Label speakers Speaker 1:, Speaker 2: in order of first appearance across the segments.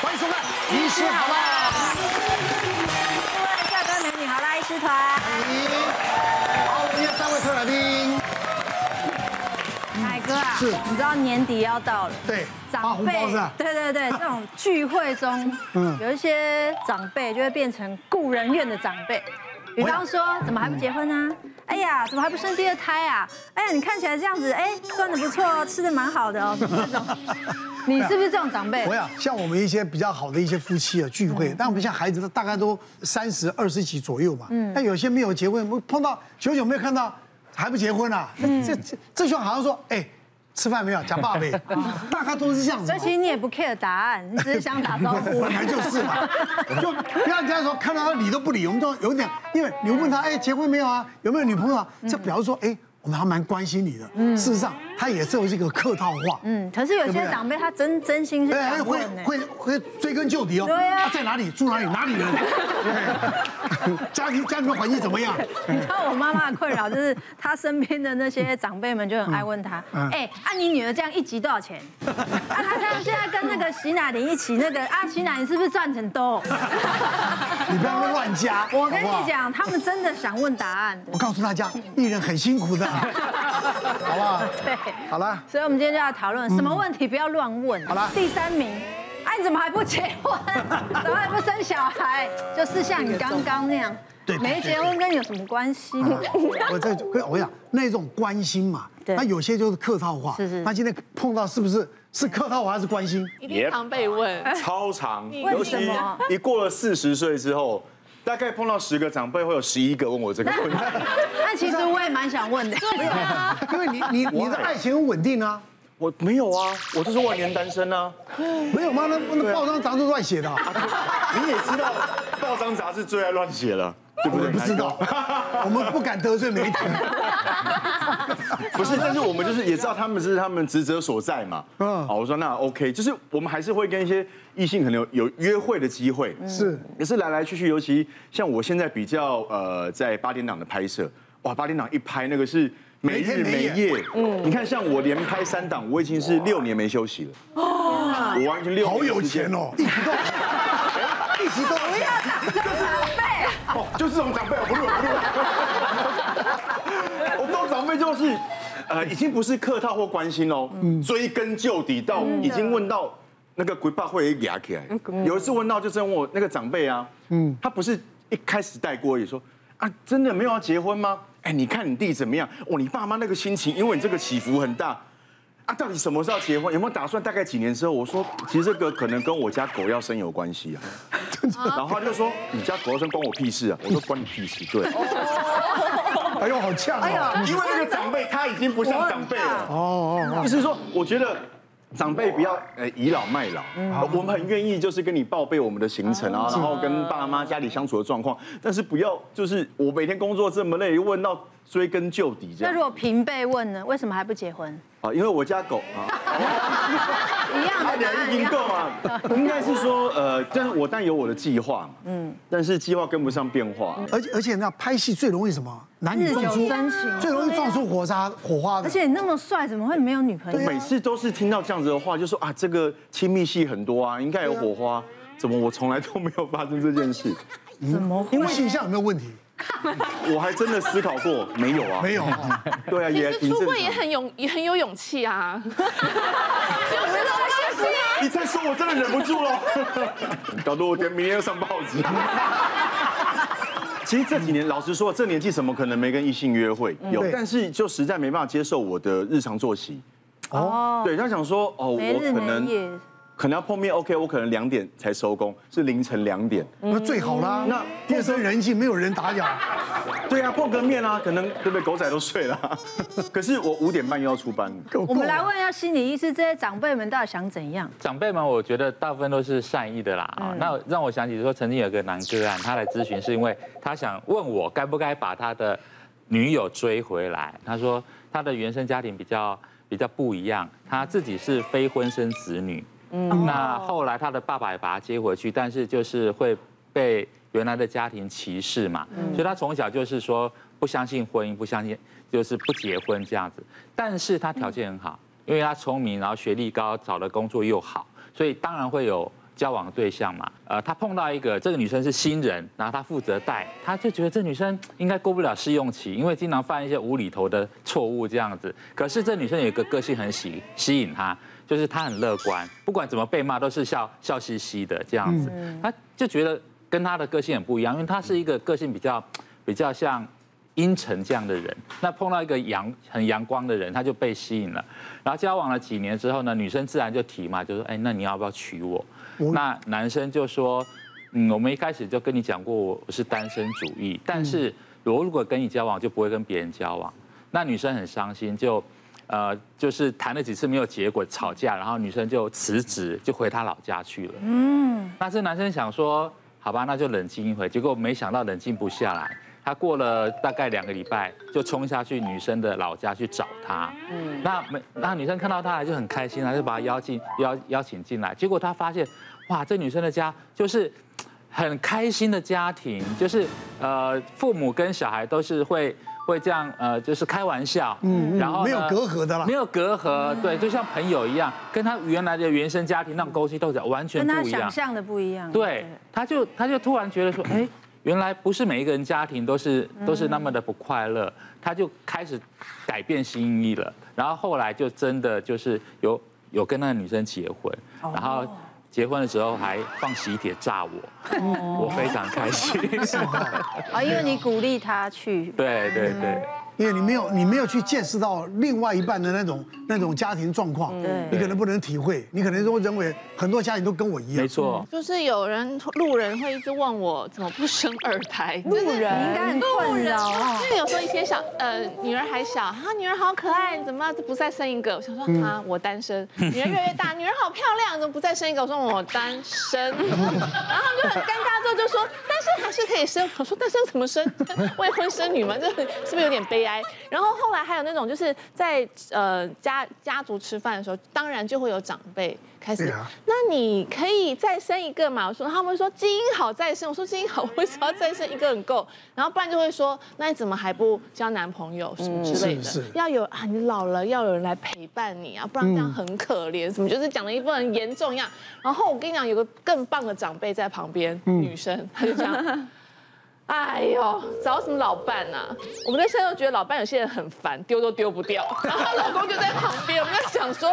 Speaker 1: 快收看《医师好啊啦》。
Speaker 2: 笑歌美女好啦，医师团。
Speaker 1: 好，我们今天三位特来宾，
Speaker 2: 海哥啊，
Speaker 1: 是
Speaker 2: 你知道年底要到了，
Speaker 1: 对，发
Speaker 2: 长
Speaker 1: 红
Speaker 2: 辈
Speaker 1: 包是吧？
Speaker 2: 对对对，这种聚会中，
Speaker 1: 嗯
Speaker 2: 有一些长辈就会变成故人怨的长辈。比方说，怎么还不结婚啊？哎呀，怎么还不生第二胎啊？哎，你看起来这样子，哎，赚的不错哦，吃的蛮好 的哦，这种。你是不是这种长辈
Speaker 1: 啊我？想像我们一些比较好的一些夫妻啊聚会，但我们像孩子大概都三十二十几左右吧，嗯，但有些没有结婚，我碰到久久没有看到还不结婚啊，这这这就好像说，哎，吃饭没有？假爸呗， 大概都是这样子
Speaker 2: 所
Speaker 1: 嘛
Speaker 2: 以。其实你也不 care 答案，你只是想打招呼。
Speaker 1: 本来就是 嘛，就不要人家说看到他理都不理，我们就有点，因为你问他，哎，结婚没有啊？有没有女朋友啊？
Speaker 2: 嗯
Speaker 1: 这表示说，哎，我们还蛮关心你的。事实上，他也只有这个客套话。
Speaker 2: 嗯，可是有些长辈他真真心是
Speaker 1: 哎，哎
Speaker 2: 想
Speaker 1: 会
Speaker 2: 问呢。
Speaker 1: 会会追根究底哦。
Speaker 2: 对啊
Speaker 1: 他在哪里？住哪里？哪里 人？对家庭家庭的环境怎 么样？
Speaker 2: 你知道我妈妈的困扰就是，她身边的那些长辈们就很爱问她，
Speaker 1: 嗯
Speaker 2: 哎，啊你女儿这样一集多少钱？啊她这样现在跟那个洗奶林一起那个啊洗奶你是不是赚很多？
Speaker 1: 你不要乱加。
Speaker 2: 我跟
Speaker 1: 好不好
Speaker 2: 你，讲，他们真的想问答案的。
Speaker 1: 我告诉大家，艺人很辛 苦的，好不好？
Speaker 2: 对，
Speaker 1: 好了，嗯
Speaker 2: 所以我们今天就要讨论什么问题不要乱问。
Speaker 1: 好啦
Speaker 2: 第三名。哎，你怎么还不结 婚？怎么还不生小孩？就是像你刚刚那样，
Speaker 1: 对对对嗯
Speaker 2: 没结婚跟你有什么关系？
Speaker 1: 我在跟我讲那种关心嘛，
Speaker 2: 对
Speaker 1: 那有些就是客套话。
Speaker 2: 是是
Speaker 1: 那今天碰到是不是是客套话还是关心？
Speaker 3: 一
Speaker 4: 也
Speaker 3: 定常被问，
Speaker 4: 超 长，
Speaker 3: 问
Speaker 4: 尤其
Speaker 2: 什么
Speaker 4: 一过了四十岁之后，大概碰到十个长辈，会有十一个问我这个问题。
Speaker 2: 但其实我也蛮想 问的。
Speaker 3: 啊
Speaker 1: 因为你你你的
Speaker 4: Why？
Speaker 1: 爱情很稳定啊，
Speaker 4: 我没有啊，我就是万年单身啊。
Speaker 1: 没有吗？那那报章杂志乱写的啊，
Speaker 4: 你也知道，报章杂志最爱乱写了，对不
Speaker 1: 我
Speaker 4: 对？
Speaker 1: 也不知道，我们不敢得罪媒体。
Speaker 4: 不是，但是我们就是也知道他们是他们职责所在嘛。
Speaker 1: 嗯
Speaker 4: 嗯，好，我说那 OK，就是我们还是会跟一些异性可能有有约会的机会，
Speaker 1: 嗯是
Speaker 4: 也是来来去去，尤其像我现在比较呃，在八点档的拍摄，哇，八点档一拍那个是没日
Speaker 1: 每
Speaker 4: 没
Speaker 1: 天没
Speaker 4: 夜，嗯，你看像我连拍三档，我已经是六年没休息了，我完全 六
Speaker 1: 好有
Speaker 4: 年时间
Speaker 1: 钱， 哦，一直都 一直都不要
Speaker 4: 哦就是这种长辈，我不录，我不录。我到长辈就是，呃，已经不是客套或关心喽，追根究底到已经问到那个鬼爸会压起来。有一次问到就是问我那个长辈啊，嗯，他不是一开始带过也说啊，真的没有要结婚吗？哎，你看你弟怎么样？哦，你爸妈那个心情，因为你这个起伏很大。啊，到底什么时候要结婚？有没有打算大概几年之后？我说，其实这个可能跟我家狗要生有关系啊。然后他就说，你家狗要生关我屁事啊！我说关你屁事，对。
Speaker 1: 哎呦，好呛哦。
Speaker 4: 因为那个长辈他已经不像长辈了，
Speaker 1: 哦哦，
Speaker 4: 就是说，我觉得。长辈不要呃倚老卖老，
Speaker 1: 嗯
Speaker 4: 呃我们很愿意就是跟你报备我们的行程啊，然后跟爸妈家里相处的状况，但是不要就是我每天工作这么累，问到追根究底这
Speaker 2: 那如
Speaker 4: 样
Speaker 2: 果平辈问呢，为什么还不结婚？
Speaker 4: 啊，因为我家狗啊，
Speaker 2: 一样
Speaker 4: 他
Speaker 2: 的答
Speaker 4: 俩
Speaker 2: 案，
Speaker 4: 已经够啊，应该是说呃，但是我但有我的计划嘛，嗯，但是计划跟不上变化，
Speaker 1: 而且而且那拍戏最容易什么？男女
Speaker 2: 日久
Speaker 1: 撞出
Speaker 2: 生情，
Speaker 1: 最容易撞出火沙火花的
Speaker 2: 而。且你那么帅，怎么会没有女朋友？
Speaker 4: 每次都是听到这样子的话，就说啊，这个亲密戏很多啊，应该有火花，怎么我从来都没有发生这件 事？
Speaker 2: 怎么会
Speaker 1: 因为形象有没有问题？
Speaker 4: 我还真的思考过，没有啊，
Speaker 1: 没有，
Speaker 4: 对啊，
Speaker 3: 其
Speaker 4: 也
Speaker 3: 实
Speaker 4: 挺
Speaker 3: 出
Speaker 4: 正
Speaker 3: 柜也
Speaker 4: 常。
Speaker 3: 很勇，也很有勇气啊。
Speaker 4: 你再说，我真的忍不住了， 搞得我跟明天要上报纸。 其实这几年，老实说，这年纪怎么可能没跟异性约会？有
Speaker 1: 对，
Speaker 4: 但是就实在没办法接受我的日常作息。
Speaker 2: 哦，
Speaker 4: 对，他想说，哦，
Speaker 2: 没
Speaker 4: 我
Speaker 2: 日
Speaker 4: 可
Speaker 2: 没
Speaker 4: 能
Speaker 2: 夜，
Speaker 4: 可能要碰面，OK，我可能两点才收工，是凌晨两点。
Speaker 1: 那最好啦。
Speaker 2: 嗯
Speaker 1: 那
Speaker 4: 那
Speaker 1: 夜深人静，没有人打扰。
Speaker 4: 对啊，碰个面啊，可能对不对？狗仔都睡了 啊、可是我五点半又要出班。
Speaker 2: 我们来问一下心理医师，这些长辈们到底想怎样？
Speaker 5: 长辈们，我觉得大部分都是善意的啦。啊、那让我想起说，曾经有个男个案，他来咨询是因为他想问我该不该把他的女友追回来。他说他的原生家庭比较比较不一样，他自己是非婚生子女。嗯，那后来他的爸爸也把他接回去，但是就是会被原来的家庭歧视嘛，所以他从小就是说不相信婚姻，不相信就是不结婚这样子。但是他条件很好，因为他聪明，然后学历高，找的工作又好，所以当然会有交往对象嘛，呃，他碰到一个这个女生是新人，然后他负责带，他就觉得这女生应该过不了试用期，因为经常犯一些无厘头的错误这样子。可是这女生有一个个性很吸吸引他，就是她很乐观，不管怎么被骂都是笑笑嘻嘻的这样子，他就觉得跟他的个性很不一样，因为他是一个个性比较比较像阴沉这样的人，那碰到一个阳很阳光的人，他就被吸引了。然后交往了几年之后呢，女生自然就提嘛，就说：“哎，那你要不要娶我？”那男生就说：“嗯，我们一开始就跟你讲过，我我是单身主义，但是我如果跟你交往，就不会跟别人交往。”那女生很伤心，就呃，就是谈了几次没有结果，吵架，然后女生就辞职，就回她老家去了。那这男生想说，好吧，那就冷静一回。结果没想到冷静不下来，他过了大概两个礼拜，就冲下去女生的老家去找她。嗯，那没，那女生看到他就很开心啊，就把他邀进邀邀请进来。结果他发现，哇，这女生的家就是。很开心的家庭，就是呃，父母跟小孩都是会会这样呃，就是开玩笑，嗯，然后呢
Speaker 1: 没有隔阂啊的啦
Speaker 5: 没有隔阂，对，就像朋友一样，跟他原来的原生家庭那种勾心斗角完全
Speaker 2: 跟他
Speaker 5: 不一样
Speaker 2: 想。象的不一样。
Speaker 5: 对，他就他就突然觉得说，哎，原来不是每一个人家庭都是都是那么的不快乐，他就开始改变心意了。然后后来就真的就是有有跟那个女生结婚，然后结婚的时候还放喜帖炸我，我非常开心。
Speaker 2: 啊，因为你鼓励他去，
Speaker 5: 对对对，
Speaker 1: 因为你没有你没有去见识到另外一半的那种那种家庭状况，
Speaker 2: 嗯对
Speaker 1: 你可能不能体会，你可能都认为很多家庭都跟我一样
Speaker 5: 没。错。
Speaker 3: 就是有人路人会一直问我怎么不生二胎，路
Speaker 2: 你应该很困扰哦。
Speaker 3: 就是有时候一些小呃女儿还小，啊女儿好可爱，你怎么不再生一个？我想说
Speaker 1: 嗯
Speaker 3: 啊我单身，女儿越来越大，女儿好漂亮，怎么不再生一个？我说我单 身，然后他们就很尴尬，之后就说但是还是可以生。我说单身怎么生？ 未婚生女嘛，这是不是有点悲哀？然后后来还有那种就是在呃家家族吃饭的时候，当然就会有长辈开始
Speaker 1: 对啊
Speaker 3: 那你可以再生一个嘛？我说他们说基因好再生，我说基因好，为什么要再生一个很够？然后不然就会说，那你怎么还不交男朋友什么之类的？
Speaker 1: 嗯是是
Speaker 3: 要有啊，你老了要有人来陪伴你啊，不然这样很可怜。什么就是讲的一副很严重一样。然后我跟你讲，有个更棒的长辈在旁边，
Speaker 1: 嗯
Speaker 3: 女生，她就讲。哎呦，找什么老伴啊？我们在现在都觉得老伴有些人很烦，丢都丢不 掉。然后她老公就在旁边，我们在想说，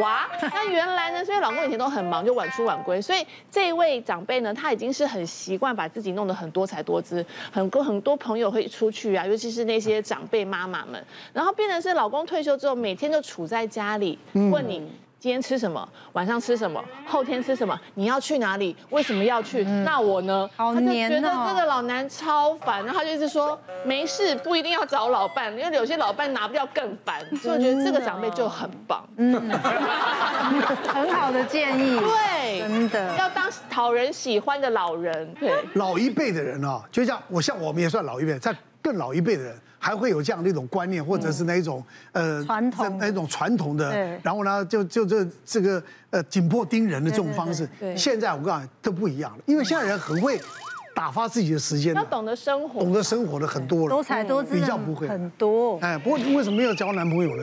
Speaker 3: 哇，那原来呢，所以老公以前都很忙，就晚出晚归，所以这一位长辈呢，他已经是很习惯把自己弄得很多才多姿，很多很多朋友会出去啊，尤其是那些长辈妈妈们，然后变成是老公退休之后，每天就处在家里，
Speaker 2: 嗯
Speaker 3: 问你。今天吃什么？晚上吃什么？后天吃什么？你要去哪里？为什么要去？那我呢？
Speaker 2: 嗯好
Speaker 3: 他就
Speaker 2: 黏
Speaker 3: 觉得
Speaker 2: 哦
Speaker 3: 这个老男超烦，然后他就一直说没事，不一定要找老伴，因为有些老伴拿不掉更烦。
Speaker 2: 嗯
Speaker 3: 所以我觉得这个长辈就很棒，
Speaker 2: 很好的建议，
Speaker 3: 对，
Speaker 2: 嗯真的
Speaker 3: 要当讨人喜欢的老人，对，
Speaker 1: 老一辈的人啊，就像我像我们也算老一辈，在更老一辈的人还会有这样的一种观念，或者是那一种呃
Speaker 2: 嗯传统
Speaker 1: 那一种传统的
Speaker 2: 对，
Speaker 1: 然后呢就就这这个呃紧迫盯人的这种
Speaker 2: 对对
Speaker 1: 方式
Speaker 2: 对。对
Speaker 1: 现在我告诉你都不一样了，因为现在人很会打发自己的时间的
Speaker 3: 要，懂得生活，
Speaker 1: 懂得生活的很多
Speaker 2: 多
Speaker 1: 了。
Speaker 2: 才多姿
Speaker 1: 比
Speaker 2: 的
Speaker 1: 较不会
Speaker 2: 很多。
Speaker 1: 哎，不过你为什么没有交男朋友呢？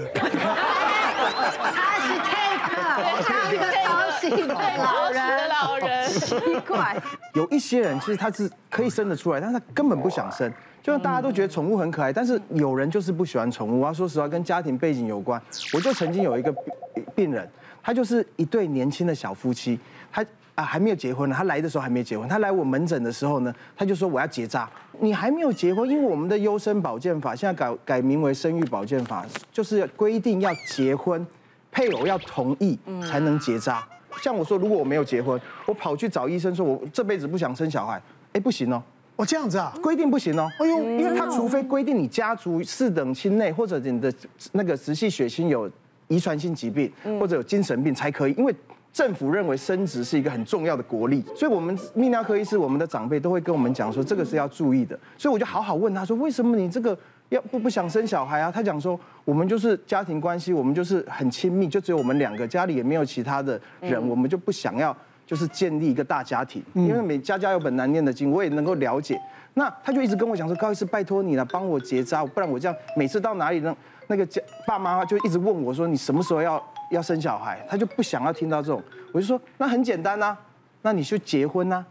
Speaker 2: 他是 take 像一个高兴的
Speaker 3: 对，
Speaker 2: 老
Speaker 3: 老的
Speaker 2: 人，
Speaker 3: 老人。
Speaker 2: 奇怪，
Speaker 6: 有一些人其实他是可以生得出来，但是他根本不想生。就像大家都觉得宠物很可爱，但是有人就是不喜欢宠物啊。说实话，跟家庭背景有关。我就曾经有一个病病人，他就是一对年轻的小夫妻，他啊还没有结婚呢。他来的时候还没结婚，他来我门诊的时候呢，他就说我要结扎。你还没有结婚，因为我们的优生保健法现在改改名为生育保健法，就是规定要结婚配偶要同意才能结扎。像我说，如果我没有结婚，我跑去找医生说，我这辈子不想生小孩，哎，不行哦，
Speaker 1: 哦，这样子 啊，
Speaker 6: 规定不行哦。哎呦，因为他除非规定你家族四等亲内，或者你的那个直系血亲有遗传性疾病，或者有精神病才可以，因为。政府认为生殖是一个很重要的国力，所以我们泌尿科医师、我们的长辈都会跟我们讲说，这个是要注意的。所以我就好好问他说，为什么你这个要不不想生小孩啊？他讲说，我们就是家庭关系，我们就是很亲密，就只有我们两个，家里也没有其他的人，我们就不想要就是建立一个大家庭，因为每家家有本难念的经，我也能够了解。那他就一直跟我讲说，高医师，拜托你了，帮我结扎，不然我这样每次到哪里呢，那个家爸妈就一直问我说，你什么时候要要生小孩？他就不想要听到这种，我就说那很简单呐、啊那你去结婚啊呐、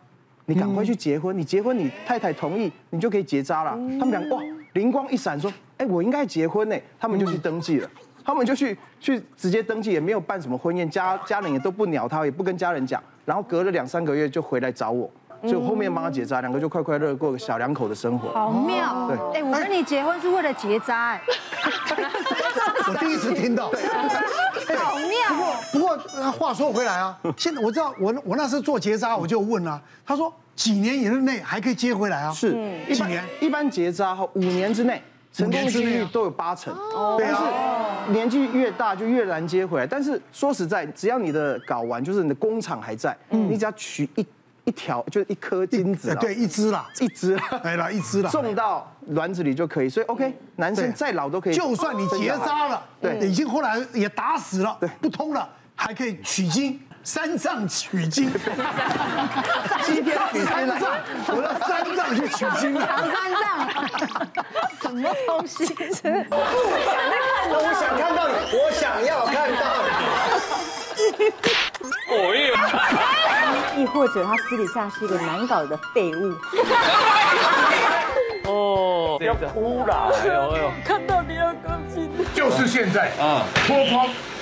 Speaker 6: 你赶快去结婚，你结婚你太太同意，你就可以结扎了。他们俩哇，灵光一闪说，哎，我应该结婚呢，他们就去登记了。他们就去去直接登记，也没有办什么婚宴，家家人也都不鸟他，也不跟家人讲。然后隔了两三个月就回来找我，所以我后面帮他结扎，两个就快快乐乐过个小两口的生活。
Speaker 2: 好妙
Speaker 6: 对
Speaker 2: 哦！哎，我跟你结婚是为了结扎， 哎，
Speaker 1: 我第一次听到。
Speaker 2: 好妙哦！
Speaker 1: 不过呃话说回来 啊，现在我知道我我那次做结扎，我就问了、他说几年以内还可以接回来啊？
Speaker 6: 是，一
Speaker 1: 几
Speaker 6: 般
Speaker 1: 年
Speaker 6: 一般结扎后五年之内，
Speaker 1: 啊
Speaker 6: 成功几率都有八成。
Speaker 1: 对
Speaker 6: 但
Speaker 1: 啊，
Speaker 6: 是年纪越大就越难接回来。但是说实在，只要你的睾丸就是你的工厂还在，你只要取一一条就是一颗精子
Speaker 1: 呃
Speaker 6: 啦，
Speaker 1: 对，一只啦，
Speaker 6: 一只 啦
Speaker 1: 来了一只啦。
Speaker 6: 种到卵子里就可以。所以 OK，男
Speaker 1: 对
Speaker 6: 生再老都可以生小孩，
Speaker 1: 就算你结扎了，
Speaker 6: 对
Speaker 1: 已经后来也打死了，不通了，还可以取经。山上取经，今天取山上，我到山上去取经了。
Speaker 2: 唐三藏，什么东西？
Speaker 7: 我想看到你，我想要看到你。
Speaker 8: 亦哦或者他私底下是一个难搞的废物。
Speaker 5: 哦，要哭了，哎呦哎呦，
Speaker 9: 就是现在啊，脱光